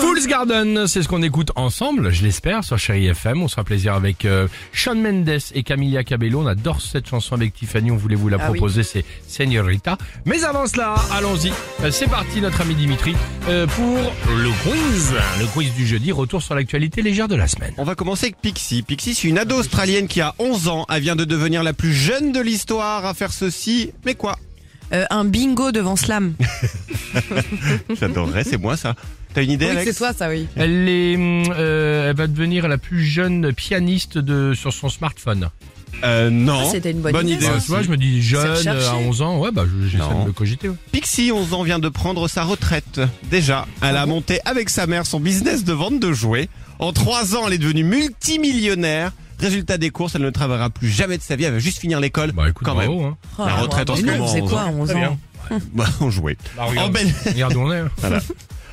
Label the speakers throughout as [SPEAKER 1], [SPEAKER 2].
[SPEAKER 1] Fool's Garden, c'est ce qu'on écoute ensemble, je l'espère, sur Chéri FM. On sera plaisir avec euh, Sean Mendes et Camilla Cabello. On adore cette chanson avec Tiffany, on voulait vous la proposer, c'est Señorita. Mais avant cela, allons-y. Euh, C'est parti, notre ami Dimitri, euh, pour le quiz. Le quiz du jeudi, retour sur l'actualité légère de la semaine.
[SPEAKER 2] On va commencer avec Pixie. Pixie, c'est une ado australienne qui a 11 ans. Elle vient de devenir la plus jeune de l'histoire à faire ceci. Mais quoi
[SPEAKER 3] Euh, un bingo devant Slam.
[SPEAKER 2] J'adorerais, c'est moi ça. T'as une idée,
[SPEAKER 3] Oui,
[SPEAKER 2] Alex
[SPEAKER 3] c'est toi, ça, oui.
[SPEAKER 1] Elle, est, hum, euh, elle va devenir la plus jeune pianiste de, sur son smartphone. Euh,
[SPEAKER 2] Euh, Non.
[SPEAKER 3] Ah, c'était une bonne idée,
[SPEAKER 2] idée.
[SPEAKER 3] ça.
[SPEAKER 2] aussi.
[SPEAKER 1] tu vois, je me dis jeune,
[SPEAKER 3] recherché.
[SPEAKER 1] euh, à 11 ans, ouais, bah, je- j'essaie
[SPEAKER 2] Non.
[SPEAKER 1] de me cogiter. ouais.
[SPEAKER 2] Pixie, 11 ans, vient de prendre sa retraite. Déjà, elle
[SPEAKER 3] Ah
[SPEAKER 2] a monté avec sa mère son business de vente de jouets. En 3 ans, elle est devenue multimillionnaire. Résultat des courses, elle ne travaillera plus jamais de sa vie. Elle va juste finir l'école.
[SPEAKER 1] Bah, écoute,
[SPEAKER 2] quand même.
[SPEAKER 1] bravo, hein.
[SPEAKER 3] Oh,
[SPEAKER 2] La
[SPEAKER 3] là,
[SPEAKER 2] retraite en
[SPEAKER 3] mais
[SPEAKER 2] ce
[SPEAKER 3] non,
[SPEAKER 2] moment,
[SPEAKER 3] C'est
[SPEAKER 2] on
[SPEAKER 3] quoi,
[SPEAKER 2] voit.
[SPEAKER 3] 11
[SPEAKER 1] bien.
[SPEAKER 3] ans
[SPEAKER 2] Bah, on jouait.
[SPEAKER 1] Bah,
[SPEAKER 2] En
[SPEAKER 1] regarde,
[SPEAKER 2] Bel-
[SPEAKER 1] regarde où on est. hein.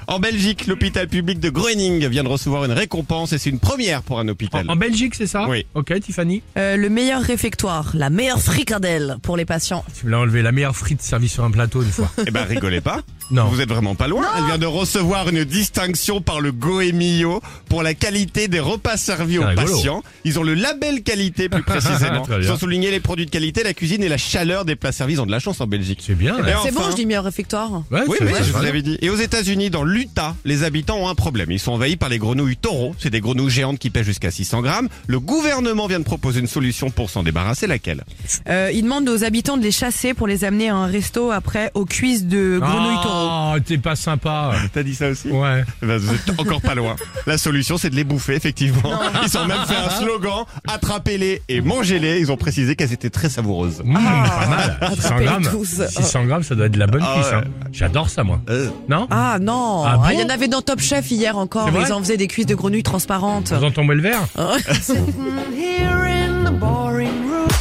[SPEAKER 2] En Belgique, l'hôpital public de Groening vient de recevoir une récompense et c'est une première pour un hôpital.
[SPEAKER 1] En, en Belgique, c'est ça
[SPEAKER 2] Oui.
[SPEAKER 1] Ok, Tiffany.
[SPEAKER 3] Euh, le meilleur réfectoire, la meilleure fricadelle pour les patients.
[SPEAKER 1] Tu me l'as enlevé, la meilleure frite servie sur un plateau une fois.
[SPEAKER 2] Eh ben rigolez pas.
[SPEAKER 1] Non.
[SPEAKER 2] Vous êtes vraiment pas loin. Elle vient de recevoir une distinction par le Goemio pour la qualité des repas servis aux
[SPEAKER 1] C'est rigolo. Ah,
[SPEAKER 2] patients. Ils ont le label qualité plus précisément.
[SPEAKER 1] Très bien.
[SPEAKER 2] Sans souligner les produits de qualité, la cuisine et la chaleur des plats servis Ils ont de la chance en Belgique.
[SPEAKER 1] C'est bien.
[SPEAKER 2] Et
[SPEAKER 1] ouais.
[SPEAKER 3] C'est bon,
[SPEAKER 2] enfin-
[SPEAKER 3] je dis meilleur réfectoire.
[SPEAKER 1] Ouais,
[SPEAKER 2] hein. Oui,
[SPEAKER 1] Eh ben, Ah,
[SPEAKER 2] oui, je
[SPEAKER 1] c'est- ça va
[SPEAKER 2] vous
[SPEAKER 1] bien.
[SPEAKER 2] l'avais dit. Et aux États-Unis, dans l'Utah, les habitants ont un problème. Ils sont envahis par les grenouilles taureaux. C'est des grenouilles géantes qui pèsent jusqu'à 600 grammes. Le gouvernement vient de proposer une solution pour s'en débarrasser. Laquelle
[SPEAKER 3] Euh, il demande aux habitants de les chasser pour les amener à un resto après aux cuisses de grenouilles taureaux.
[SPEAKER 1] Oh, t'es pas sympa.
[SPEAKER 2] T'as dit ça aussi
[SPEAKER 1] Ouais.
[SPEAKER 2] Ben, vous êtes encore pas loin. La solution, c'est de les bouffer, effectivement. Ils ont même fait un slogan attrapez-les et mangez-les. Ils ont précisé qu'elles étaient très savoureuses.
[SPEAKER 1] Mmh, pas mal. 600
[SPEAKER 3] Attrapez-les
[SPEAKER 1] grammes.
[SPEAKER 3] tous. Oh.
[SPEAKER 1] 600 grammes, ça doit être de la bonne
[SPEAKER 2] Ah
[SPEAKER 1] cuisse.
[SPEAKER 2] ouais.
[SPEAKER 1] hein. J'adore ça, moi.
[SPEAKER 2] Euh,
[SPEAKER 1] Non
[SPEAKER 3] Ah non,
[SPEAKER 1] Ah bon
[SPEAKER 3] il y en avait dans Top Chef hier encore,
[SPEAKER 1] C'est vrai
[SPEAKER 3] ils en faisaient des cuisses de grenouilles transparentes.
[SPEAKER 1] Vous en tombez le verre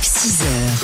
[SPEAKER 4] 6h,